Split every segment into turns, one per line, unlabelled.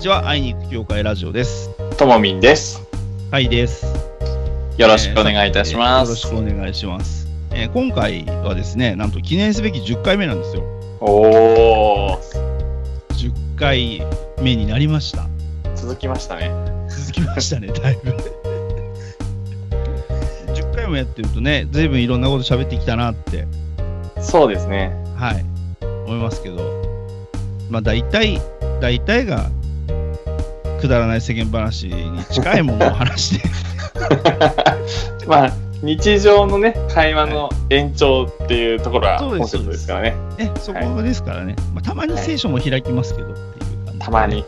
ちは。会いに行く協会ラジオです。
ともみんです。
はいです。よ
よろしくお願いいたしま
よろ
す。
しくお願いします。えー今回はですね、なんと記念すべき10回目なんですよ。
おー、
10回目になりました。
続きましたね。
続きま したね、だいぶ。10回もやってるとね、ずいぶんいろんなこと喋ってきたなって、
そうです ね。
はい、思いますけど、まあ大体、大体が、くだらない世間話に近いものを話して
まあ、日常のね、会話の延長っていうところが
そう
コ
です
ンセプトですからね。
ね、そこですからね、まあ、たまに聖書も開きますけどっていう感じ、
たまに。い
ね、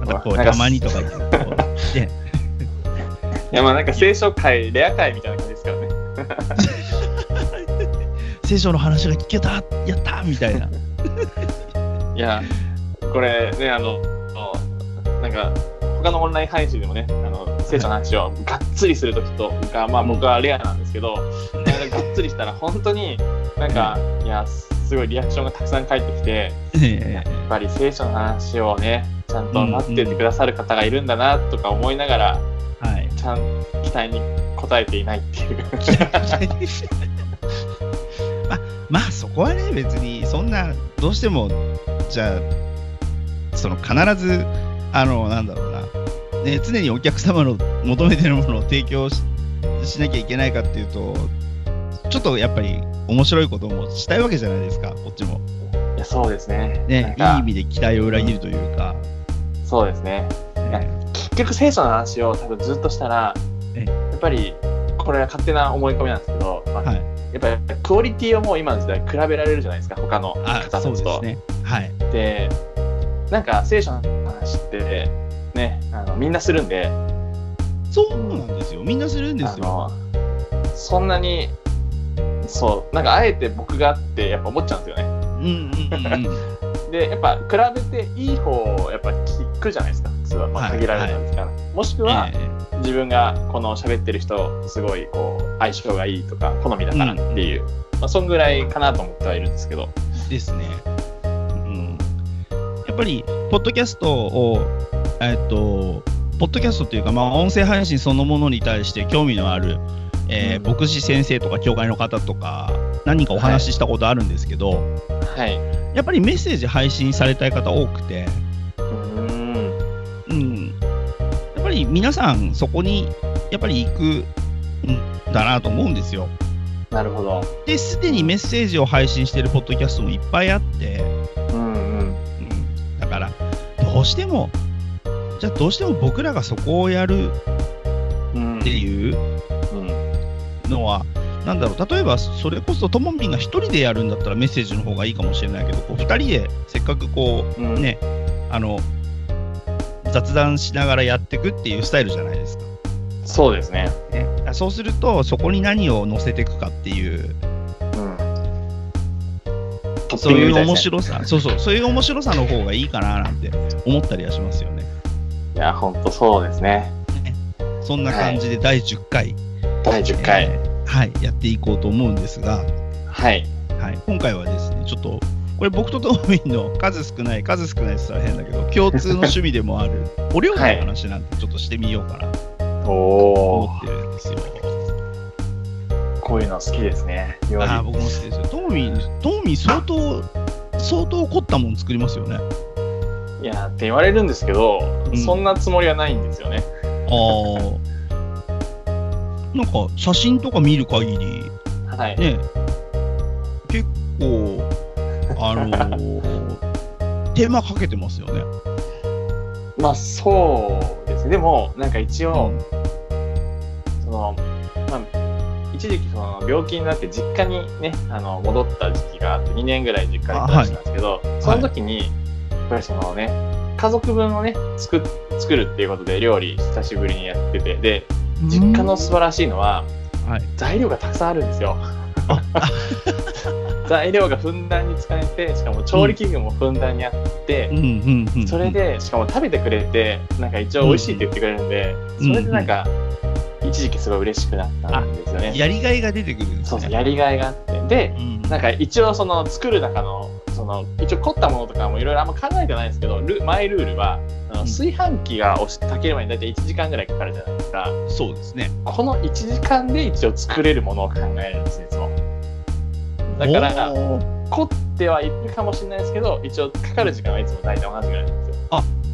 またこう
なんか
たまにとか言ってこうね
や、まあなんか聖書会、レア会みたいな感じですからね。
聖書の話が聞けたやったみたいな
いや、これね、あの、なんか、他のオンライン配信でもね、あの聖書の話をがっつりするときとか、まあ僕はレアなんですけど、なんかがっつりしたら本当になんか、いや、すごいリアクションがたくさん返ってきて、
ええ
やっぱり聖書の話をね、ちゃんとなっててくださる方がいるんだなとか思いながら、
はい
ちゃん期待に応えていないっていう。
まあまあそこはね別にそんなどうしてもじゃあその必ずあのなんだろうな、ね、常にお客様の求めてるものを提供ししなきゃいけないかっていうとちょっとやっぱり面白いこともしたいわけじゃないですかこっちも。
いや、そうですね。
ね、いい
なんか
意味で期待を裏切るというか、
そうですね。
ね
結局聖書の話を多分ずっとしたら、
ええ
やっぱりこれは勝手な思い込みなんですけど、まあ
はい
やっぱりクオリティをもう今の時代比べられるじゃないですか他の
あ
方た
そう
ち
です
と。
ね。はい。
でなんか聖書の話ってねあのみんなするんで
そうなんですよ。みんなするんで
あ
すよ。
のそんなにそうなんかあえて僕がってやっぱ思っちゃうんですよね。
うんうんうん うん。
でやっぱ比べていい方をやっぱ聞くじゃないですか普通は、ま
は
あ、
い
限られたんですから、もしくは、
ええ
自分がこの喋ってる人すごいこう相性がいいとか好みだからっていう、まあ、そんぐらいかなと思ってはいるんですけど
ですね。うん。やっぱり、ポッドキャストを、えっと、ポッドキャストというか、まあ、音声配信そのものに対して興味のある、えー
うん
牧師先生とか教会の方とか何人かお話ししたことあるんですけど、
はいうん
やっぱりメッセージ配信されたい方多くて、うん、やっぱり皆さんそこにやっぱり行くんだなと思うんですよ。
なるほど
で、すでにメッセージを配信してるポッドキャストもいっぱいあって、
うんうん
うん、だからどうしても、じゃあどうしても僕らがそこをやる
うん
っていう
うん
のは、なんだろう、例えばそれこそともみんが1人でやるんだったらメッセージの方がいいかもしれないけど、こう2人でせっかくこ
うん
う、ね、あの、雑談しながらやっていくっていうスタイルじゃないですか。
そうですね
ね、そうするとそこに何を載せていくかっていう
うんトッ
そう
ピング
い
み
う
たい
面
ですね
白さ、 そうそうそういう面白さの方がいいかななんて思ったりはしますよね
いやほんとそうですね
そんな感じで第10回、
第10回、
えーはい、やっていこうと思うんですが、
はい
はい、今回はですねちょっとこれ僕とトミンの数少ない数少ないって言ったら変だけど共通の趣味でもある お料理の話なんてちょっとしてみようかなと
おお
思ってるんですよ、
こういうの好きですね料理
ああ僕も好きですよトミートミー相当相当凝ったもん作りますよね
いやって言われるんですけど、
うん
そんなつもりはないんですよね
ああ。なんか写真とか見る限り、
はい、
ね、結構、あの ー手間かけてますよね。
まあそうですねでもなんか一応、その、まあ、一時期その病気になって実家にね、あの、戻った時期があって、2年ぐらい実家に暮らしてたんですけど、その時に、やっぱりそのね、家族分をね、作っ作るっていうことで料理久しぶりにやってて、で、実家の素晴らしいのは、
はい
材料がたくさんあるんですよ。 材料がふんだんに使えて、しかも調理器具もふんだんにあって、
うんうんうんうん、
それでしかも食べてくれてなんか一応美味しいって言ってくれるんで、
うん
それでなんか、一時期すごい嬉しくなったんですよね。
やりがいが出てくるんです
そう
ね。
そうやりがいがあってで、
うん
なんか一応その作る中の、その一応凝ったものとかもいろいろあんま考えてないんですけど、ルマイルールは、あの
うん
炊飯器が押し炊ける前に大体1時間ぐらいかかるじゃないですか。
そうですね。
この1時間で一応作れるものを考えるんですね、いつも。だから、
おー
凝ってはいるかもしれないですけど、一応かかる時間はいつも大体同じぐらいなんですよ。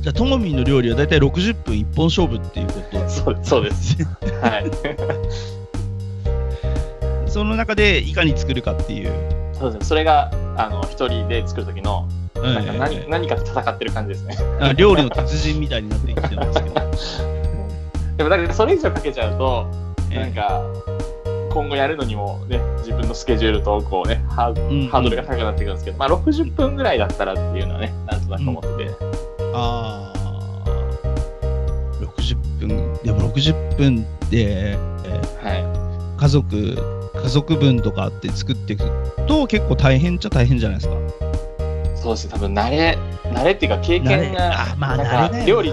じゃあ、ともみんの料理はだいたい60分一本勝負っていうこと
そうそうです。はい。
その中でいかに作るかっていう。
そうですね。それが、あの、一人で作る時の、なんか何,、
ええ
何かと戦ってる感じですね。
なんか料理の達人みたいになってきてますけど。
でも、だからそれ以上かけちゃうと、
ええ
なんか、今後やるのにもね、自分のスケジュールと、こうね、ハー
うん
ハードルが高くなってくるんですけど、まあ、60分ぐらいだったらっていうのはね、なんとなく思ってて。
あー60分でも60分で
はい。
家族家族分とかあって作っていくと結構大変っちゃ大変じゃないですか
そうですね、多分慣れ、慣れっていうか経験が、
あまあ
なん
慣れ
か
だよな
料理、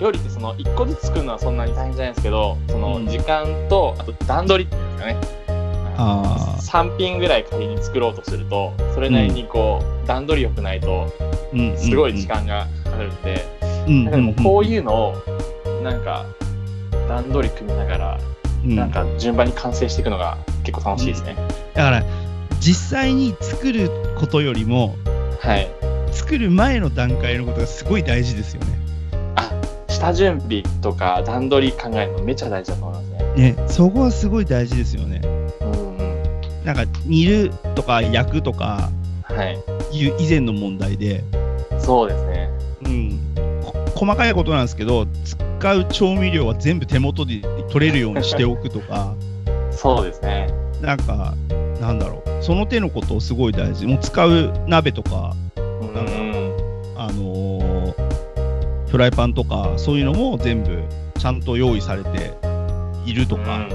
料理ってその一個ずつ作るのはそんなに大変じゃないですけど、そうの
ん
時間と、あと段取りっていうんですかね。
あー
3品ぐらい仮に作ろうとすると、それなりにこう、段取り良くないと、
うんうんうん
すごい時間がかかるんで、
うん
なんかでもこういうのを、なんか、段取り組みながら、
うん
なんか順番に完成していくのが結構楽しいですね。
だから実際に作ることよりも
はい。
作る前の段階のことがすごい大事ですよ
あ、下準備とか段取り考えるのめっちゃ大事だと思います
ね
ね。
ねそこはすごい大事ですよね
うんうん。
なんか煮るとか焼くとか
はい。
いう以前の問題で
そうですね。
うん、こ細かいことなんですけど使う調味料は全部手元で取れるようにしておくとか
そうですね。
なんかなんだろうその手のことをすごい大事もう使う鍋とか、
うん
なんかあのーフライパンとかそういうのも全部ちゃんと用意されているとか、。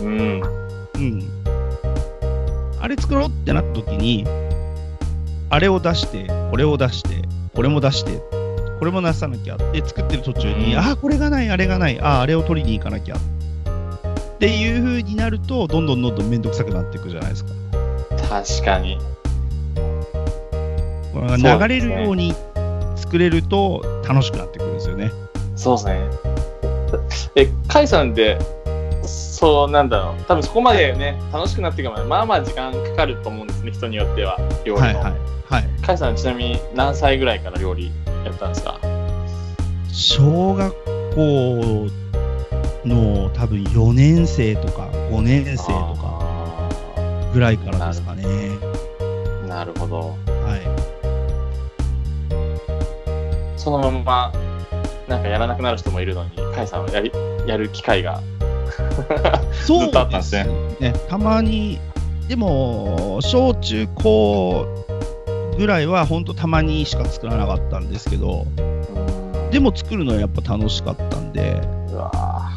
うん。うん
うんあれ作ろうってなった時にあれを出してこれを出してこれも出してこれも出さなきゃで作ってる途中に、
うん
ああこれがないあれがないあああれを取りに行かなきゃっていう風になるとどんどんどんどん面倒くさくなっていくじゃないですか
確かに。
これが流れるように作れると楽しくなってくるんですよね
そうですね。え、カイさんって、そうなんだろう。多分そこまでね、楽しくなっていくまで、まあまあ時間かかると思うんですね、人によっては。料理の。
はいはいはい
カイさん、ちなみに何歳ぐらいから料理やったんですか
小学校の多分4年生とか5年生とか
あ
ぐらいからですかね
ーなるほど。
はい
そのまま、なんかやらなくなる人もいるのに、カイさんはやりやる機会が。
そ
ず
う
っとあったんですね
ね。たまに、でも、小中高ぐらいは、本当たまにしか作らなかったんですけど、でも作るのはやっぱ楽しかったんで、
うわ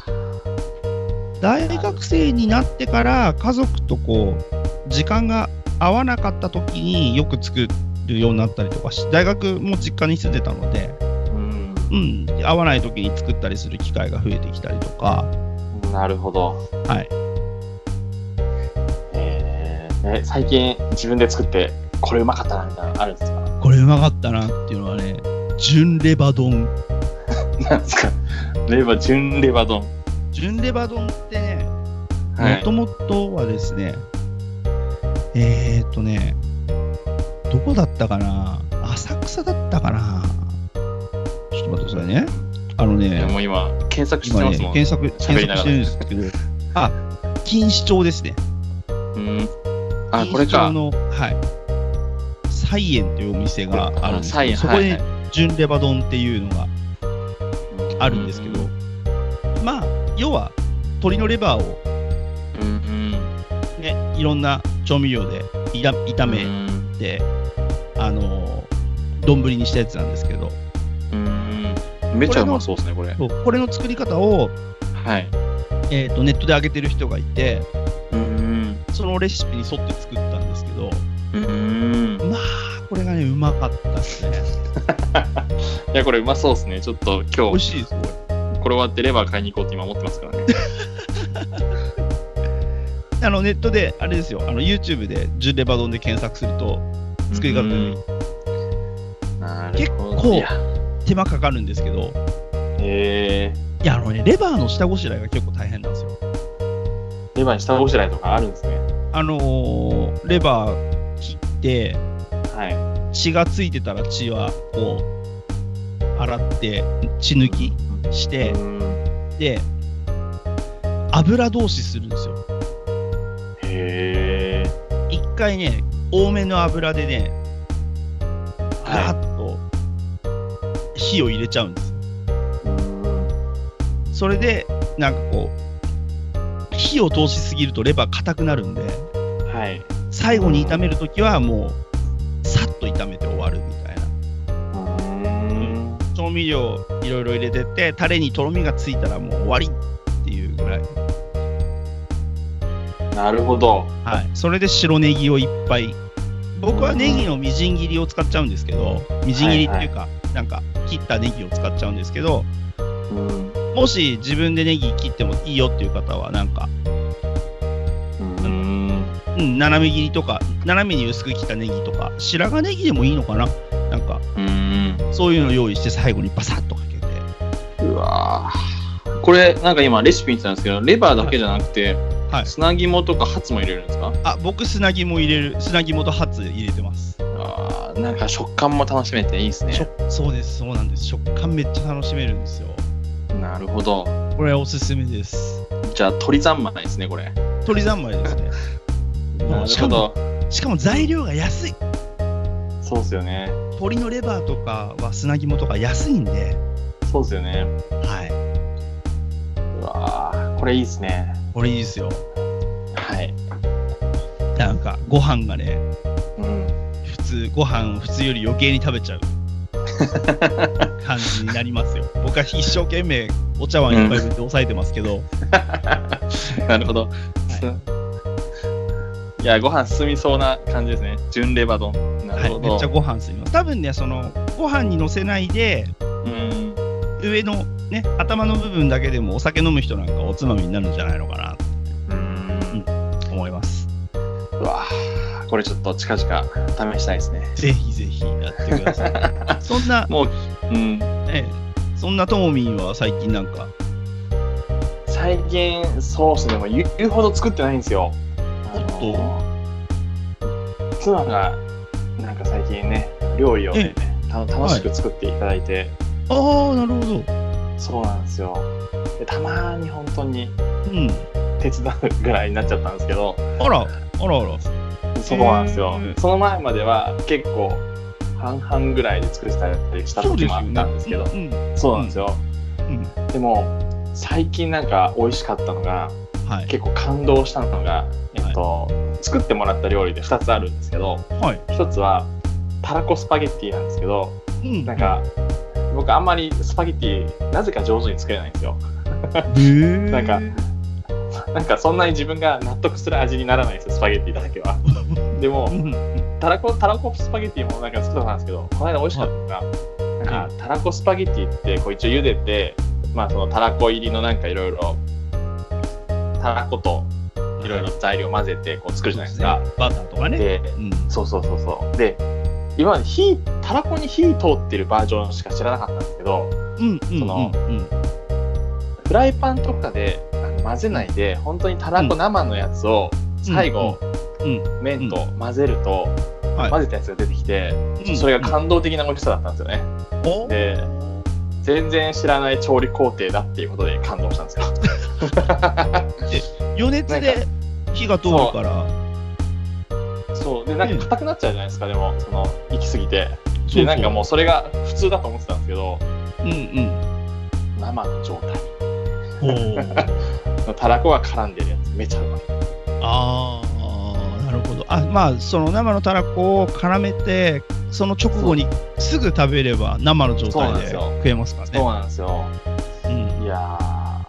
ー
大学生になってから、家族とこう、時間が合わなかった時によく作るようになったりとかし、大学も実家に住んでたので、
うん
うん、合わない時に作ったりする機会が増えてきたりとか、
なるほど。
はい。
えーえ最近自分で作ってこれうまかったなみたいなのあるんですか
これうまかったなっていうのはね、純レバ丼。
なんですかレバ純レバ丼
純レバ丼ってね、
はい
もともとはですね、えーっとね、どこだったかな浅草だったかなちょっと待ってくださいね。あの
いや
ね、
もう今検索して
今
ま
ね
すもん、、
検索、
喋
検
り
索
ながら
してるんですけど、あ、錦糸町ですね。
うんあこ
錦
れか
糸町の、はい。菜園というお店があるんです
あ菜
け
園
ど、そこ
はいは
で
い
純レバ丼っていうのがあるんですけど
うん、
まあ、要は鶏のレバーを
うん
ね、いろんな調味料でいら炒
うん
めて、あのー丼にしたやつなんですけど
うんめっちゃうまそうですねこれ
そうこれの作り方を、
はい
えー、とネットで上げてる人がいて
うん
そのレシピに沿って作ったんですけど
うん
まあこれがねうまかったですね
いやこれうまそうですねちょっと
美
今
味
日
しいですこれ
これ終わってレバー買いに行こうって今思ってますからね
だあのネットで、あれですよ、あの YouTube で、ジュレバ丼で検索すると、作り方
う
で
んなる
結
ほど
構
いや
手間かかるんですけど、
へえ
いや、あのね、レバーの下ごしらえが結構大変なんですよ。
レバーに下ごしらえとかあるんですね。
あのーレバー切って、
は
血がついてたら血はこう、洗って、血抜きし
い。
て、
うん
で、油通しするんですよ。
へえ。
一回ね、多めの油でね、ガ
は
ーッと火を入れちゃうんです。
い。うん
それで、なんかこう、火を通しすぎるとレバー硬くなるんで、
はい。
最後に炒めるときはもう、さっと炒めて終わるみたいな。
うん
調味料いろいろ入れてって、タレにとろみがついたらもう終わりっていうぐらい。
なるほど。
はい。それで白ネギをいっぱい。僕はネギのみじん切りを使っちゃうんですけど、みじん切りっていうか、なんか切ったネギを使っちゃうんですけど、
うん
もし自分でネギ切ってもいいよっていう方は、なんか、
うん
うん、斜め切りとか、斜めに薄く切ったネギとか、白髪ネギでもいいのかななんか、
うん
そういうの用意して最後にバサッとかけて。
うわーこれなんか今レシピ見てたんですけどレバーだけじゃなくて、
はい
砂肝とかハツも入れるんですか
あ、僕、砂肝入れる、砂肝とハツ入れてます。
あーなんか食感も楽しめていいですね
食そうです、そうなんです。食感めっちゃ楽しめるんですよ。
なるほど
これおすすめです。
じゃあ鶏三昧ですねこれ
鶏三昧 ですね。
なるほど
しかも材料が安い。
そうですよね
鶏のレバーとかは砂肝とか安いんで、
そうですよね
は
うわーこれいいですね
い。これいいですよ。
はい、
なんか、ご飯がね、
うん、
普通ご飯を普通より余計に食べ ちゃう感じになりますよ僕は一生懸命お茶碗いっぱい分で抑えてますけど、
なるほど、い、やご飯進みそうな感じですね純レバ丼な
は
る
い、
ほ
め
ど、
っちゃご飯すいます多分ねそのご飯にのせないで
うん
上のね頭の部分だけでもお酒飲む人なんかおつまみになるんじゃないのかな
うん
と思います
うわあこれちょっと近々試したいですね。
ぜひぜひやってくださ いそんな、
もう、うん、
ええそんなともみんは最近なんか
最近、そうですね、もう言う言うほど作ってないんですよ。あの妻が、なんか最近ね、料理をね、た楽しく作っていただいて、
ああなるほど
そうなんですよ。でたまに本当に
うん
手伝うぐらいになっちゃったんですけど、
あらあらあら
そうなんですよ
へー。
その前までは結構、半々ぐらいで作ってたりした時もあったんですけど、
うんうん
そうなんですよ。
うん
でも最近なんか美味しかったのが
はい
結構感動したのが、えっと作ってもらった料理で2つあるんですけど
はい
1つはたらこスパゲッティなんですけど
うん
なんか僕あんまりスパゲッティなぜか上手に作れないんですよ
な
なんかなんかそんなに自分が納得する味にならないんですよスパゲッティだけはでもたらこたらこスパゲッティもなんか作ったんですけどこの間美味しかったのが、なんかたらこスパゲッティってこう一応茹でてまあそのたらこ入りのなんかいろいろたらこといろいろ材料混ぜてこう作るじゃないですか。
バターとかね。
で
うん。
そうそうそうそうで今まで火たらこに火通ってるバージョンしか知らなかったんですけど
うんうん
その
うん
フライパンとかであの混ぜないで本当にたらこ生のやつを最後、
うん
麺と混ぜると、
はい
混ぜたやつが出てきて、
うん
それが感動的な美味しさだったんですよね。
お
で全然知らない調理工程だっていうことで感動したんですよ。
余熱で火が通るから。
そうでなんか硬くなっちゃうじゃないですかでもその行き過ぎて
そうそ
で
う
なんかもうそれが普通だと思ってたんですけど
うんうん。
生の状態
ほう。
のたらこが絡んでるやつめちゃうまい
ああ、なるほど。あ、まあその生のたらこを絡めて、その直後にすぐ食べれば生の状
そうなん
態
で
です
よ
食えますから
そう
ね。
なんですよ
うん
いや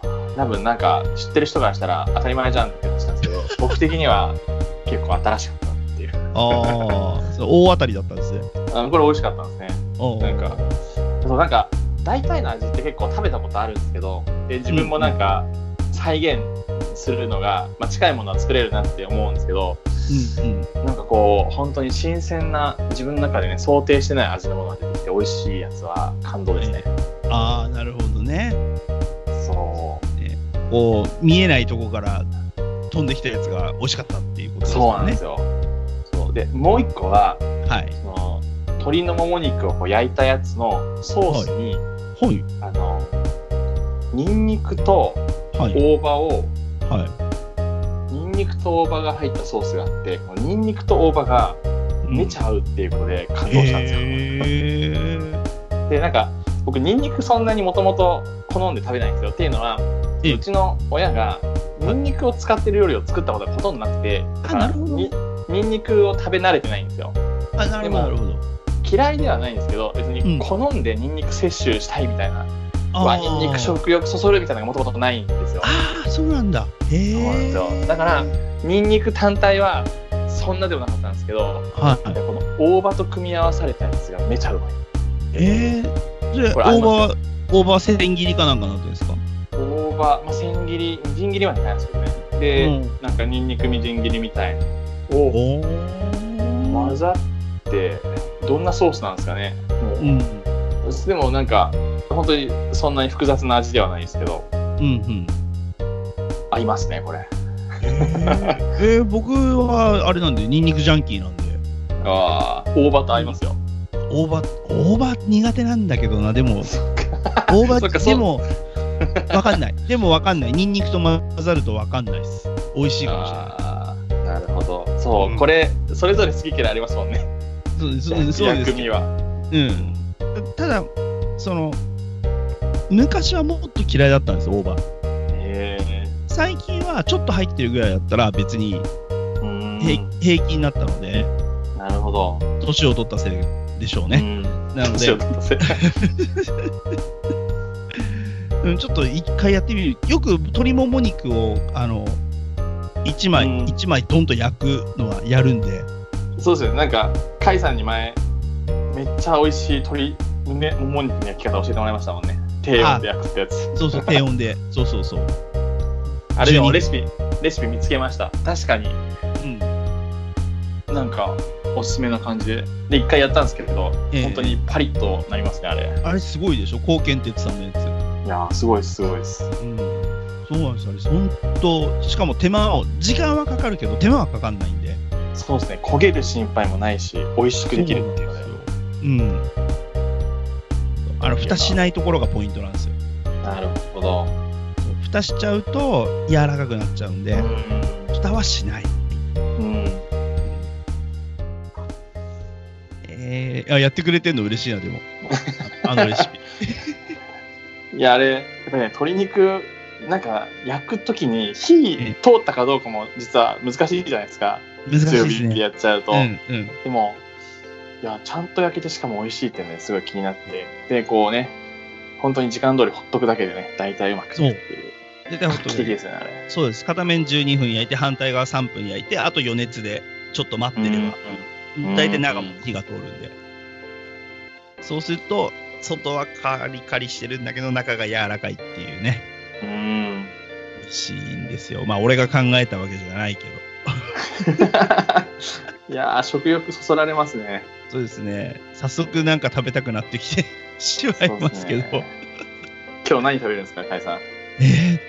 ー多分なんか知ってる人からしたら当たり前じゃんって話なんですけど僕的には結構新しかったっていう
ああ、そう大当たりだったんですね。
あのこれ美味しかったんですね
おー
なんかそうなんか大体の味って結構食べたことあるんですけどで自分もなんか再現するのが、まあ、近いものは作れるなって思うんですけど
うんうん
なんかこう本当に新鮮な自分の中でね想定してない味のものが出てきて美味しいやつは感動ですね。
ああなるほどね
そ
こう見えないとこから飛んできたやつが美味しかったっていうこと
う
です
そう
よ
なんで
ね
すよ。そうでもう一個は
はい
その鶏のもも肉をこう焼いたやつのソースに、
はい
あのニンニクと
はい
大葉を
は
ニンニクと大葉が入ったソースがあってこのニンニクと大葉が
い
めちゃ合うっていうことで感動したんですよ。
へー
でなんか僕ニンニクそんなにもともと好んで食べないんですよっていうのは
ええ
うちの親がニンニクを使ってる料理を作ったことがほとんどなくてだから
なるほど
にニンニクを食べ慣れてないんですよ
あなるほどなるほど
嫌いではないんですけど別
うん
に好んでニンニク摂取したいみたいな、うわ
あ
ニンニク
ー
食欲そそるみたいなのがもともとないんですよ
あーそうなんだへえ
そうなんですよだからニンニク単体はそんなでもなかったんですけど
はい
でこの大葉と組み合わされたやつがめちゃうまい
えー、それ大
これあります
葉は大葉は千切りかなんかなんですか
大葉、まあ、千切りみじん切りはできないんですけどねで、
うん
なんかニンニクみじん切りみたいのを
お
混
ー
ざってどんなソースなんですかねもう
うん
でもなんか本当にそんなに複雑な味ではないですけど
うんうん
合いますねこれ
えー、僕はあれなんでニンニクジャンキーなんで
あー大葉と合いますよ
大葉大葉苦手なんだけどなでも大葉
そっかそう
でもわかんないでもわかんないニンニクと混ざるとわかんないです美味しいかもしれない
あーなるほどそう、
うん
これそれぞれ好き嫌いありますもんね
そうそうそうです
薬
け
味
ど
は
うんただその昔はもっと嫌いだったんですよ大葉
へえ
最近はちょっと入ってるぐらいだったら別に
うー
平,、
ん
平気になったので
なるほど、
年を取ったせいでしょう
う
ね、
ん
なの
ち
で
ょっ、とせ
うん、ちょっと一回やってみるよく鶏もも肉をあの1枚、
うん
一枚ドンと焼くのはやるんで
そうですよねなんか甲斐さんに前めっちゃ美味しい鶏胸もも肉の焼き方教えてもらいましたもんね低温で焼くってやつ
そうそう低温でそうそうそう、
あれでも
12
レシピレシピ見つけました確かに
うん、
なんかおすすめな感じでで一回やったんですけど、
ええ
本当にパリッとなりますねあれい
あれすごいでしょ貢献鉄さんのやつ、
やーすごいですすごいです
うん、そうなんですあれ本当しかも手間を時間はかかるけど手間はかかんないんで
そうですね焦げる心配もないし美味しくできるっていうので
そうなんですようんあの蓋しないところがポイントなんですよ
なるほど
そう蓋しちゃうと柔らかくなっちゃうんで、蓋はしない
うんうん
えー、あやってくれてんの嬉しいな でもああのレシピ
いやあれやっぱりね鶏肉なんか焼くときに火
ええ
通ったかどうかも実は難しいじゃないですか
難しい
強
で
火
す
で
ね
やっちゃうと、
うんうん
でもいやちゃんと焼けてしかも美味しいってねすごい気になってでこうね本当に時間通りほっとくだけでね大体うまくいくっていう
でで
画
ほんと
期的ですよねあれ
そうです片面12分焼いて反対側3分焼いてあと余熱でちょっと待ってれば、
うん
大体中も火が通るんで、そうすると外はカリカリしてるんだけど中が柔らかいっていうね
うんうん
美味しいんですよまあ俺が考えたわけじゃないけど
いやー食欲そそられますね
そうですね早速なんか食べたくなってきて しまいますけ
そう
ど
ですね今日何食べるんですかカイさん
え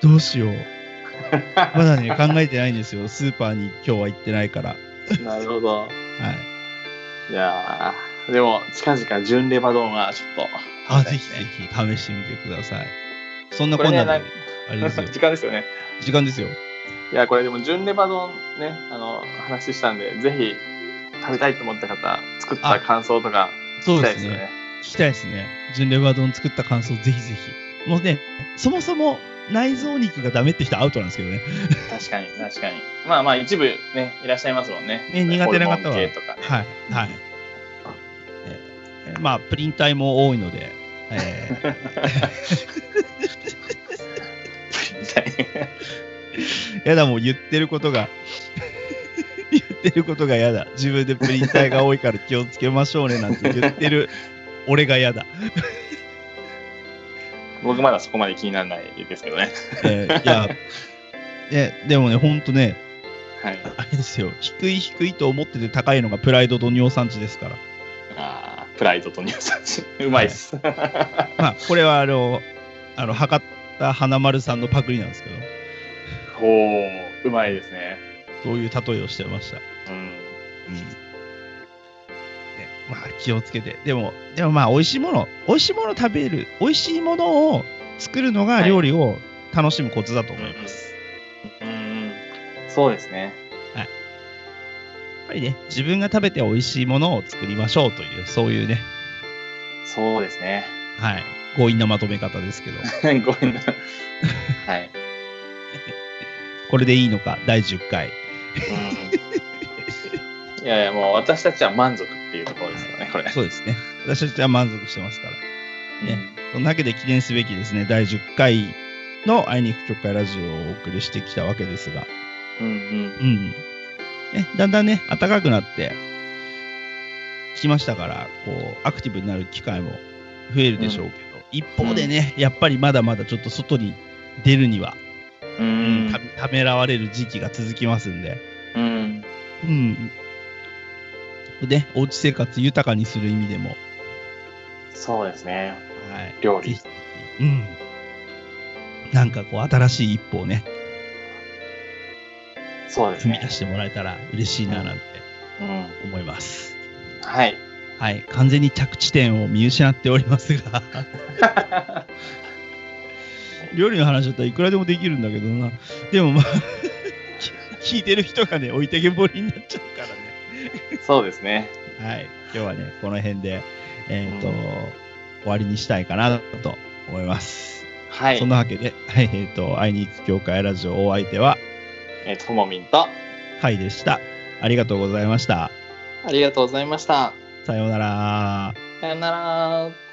ー、どうしよう。まだね、考えてないんですよ。スーパーに今日は行ってないから。は
なるほど
い。
いやーでも近々純レバ丼はちょっと
あ、ぜひぜひ試してみてください。そんな
こ
こ
れ
ん
ね
な
な
で
ん、
あれですよ。
時間ですよね
時間ですよ。
いやこれでも純レバ丼ねあの話したんでぜひ食べたいと思った方作った感想とか
そ
聞き
う
たい
で
ですすよ
ね。
ね
聞きたいですね。純レバー丼作った感想、ぜひぜひ。もうね、そもそも内臓肉がダメって人アウトなんですけどね。
確かに確かにまあまあ一部ねいらっしゃいますもんね
ね苦手な方は
ホルモン系とかね
はい。はい。えーまあ、プリン体も多いので、えー やだ、もう言ってることが、 言ってることがやだ。自分でプリン体が多いから気をつけましょうねなんて言ってる俺がやだ。
僕まだそこまで気にならないですけどね
えーいや、え、でもね、ほんとね、
はい。
あれですよ、低い低いと思ってて高いのがプライドと尿酸値ですから。
あープライドと乳酸値。うまいっす。
まあ、これはあの、あの、博多華丸さんのパクリなんですけど、
ほう、うまいですね。
そういう例えをしてました。
うん。
うん。ねまあ、気をつけて。でも、でもまあ、美味しいもの、美味しいもの食べる、美味しいものを作るのが
はい
料理を楽しむコツだと思います。
うん。そうですね。
やっぱりね、自分が食べて美味しいものを作りましょうという、そういうね、
そうですね。
はい、強引なまとめ方ですけど、
ごめんな。はい。
これでいいのか、第10回。
うん。いやいや、もう私たちは満足っていうところですよね、これ。
そうですね。私たちは満足してますから。ねそんなわけで記念すべきですね、第10回のあいにく曲会ラジオをお送りしてきたわけですが、
うん。うん
うん。ね、だんだんね、暖かくなってきましたから、こう、アクティブになる機会も増えるでしょうけど、一方でね、やっぱりまだまだちょっと外に出るには、
う。
うんたためらわれる時期が続きますんで、
うん。
うん。ね、おうち生活豊かにする意味でも、
そうですね。
はい。
料
ぜひ
理。
ぜひうん。なんかこう、新しい一歩をね、
そうです
踏み
ね
出。してもらえたら嬉しいななんて
うん。
思います。
はい。
はい。完全に着地点を見失っておりますが、 料理の話だったらいくらでもできるんだけどな。でもまあ、 聞いてる人がね、置いてけぼりになっちゃうからね。
そうですね。
はい、今日はね、この辺で、えっ、と、
うん
終わりにしたいかなと思います。
はい
そん。なわけで、はい、えっ、と、会いに行く協会ラジオお相手は、
えーともみんと、
ハイでした。ありがとうございました。
ありがとうございました。
さようなら。
さよなら。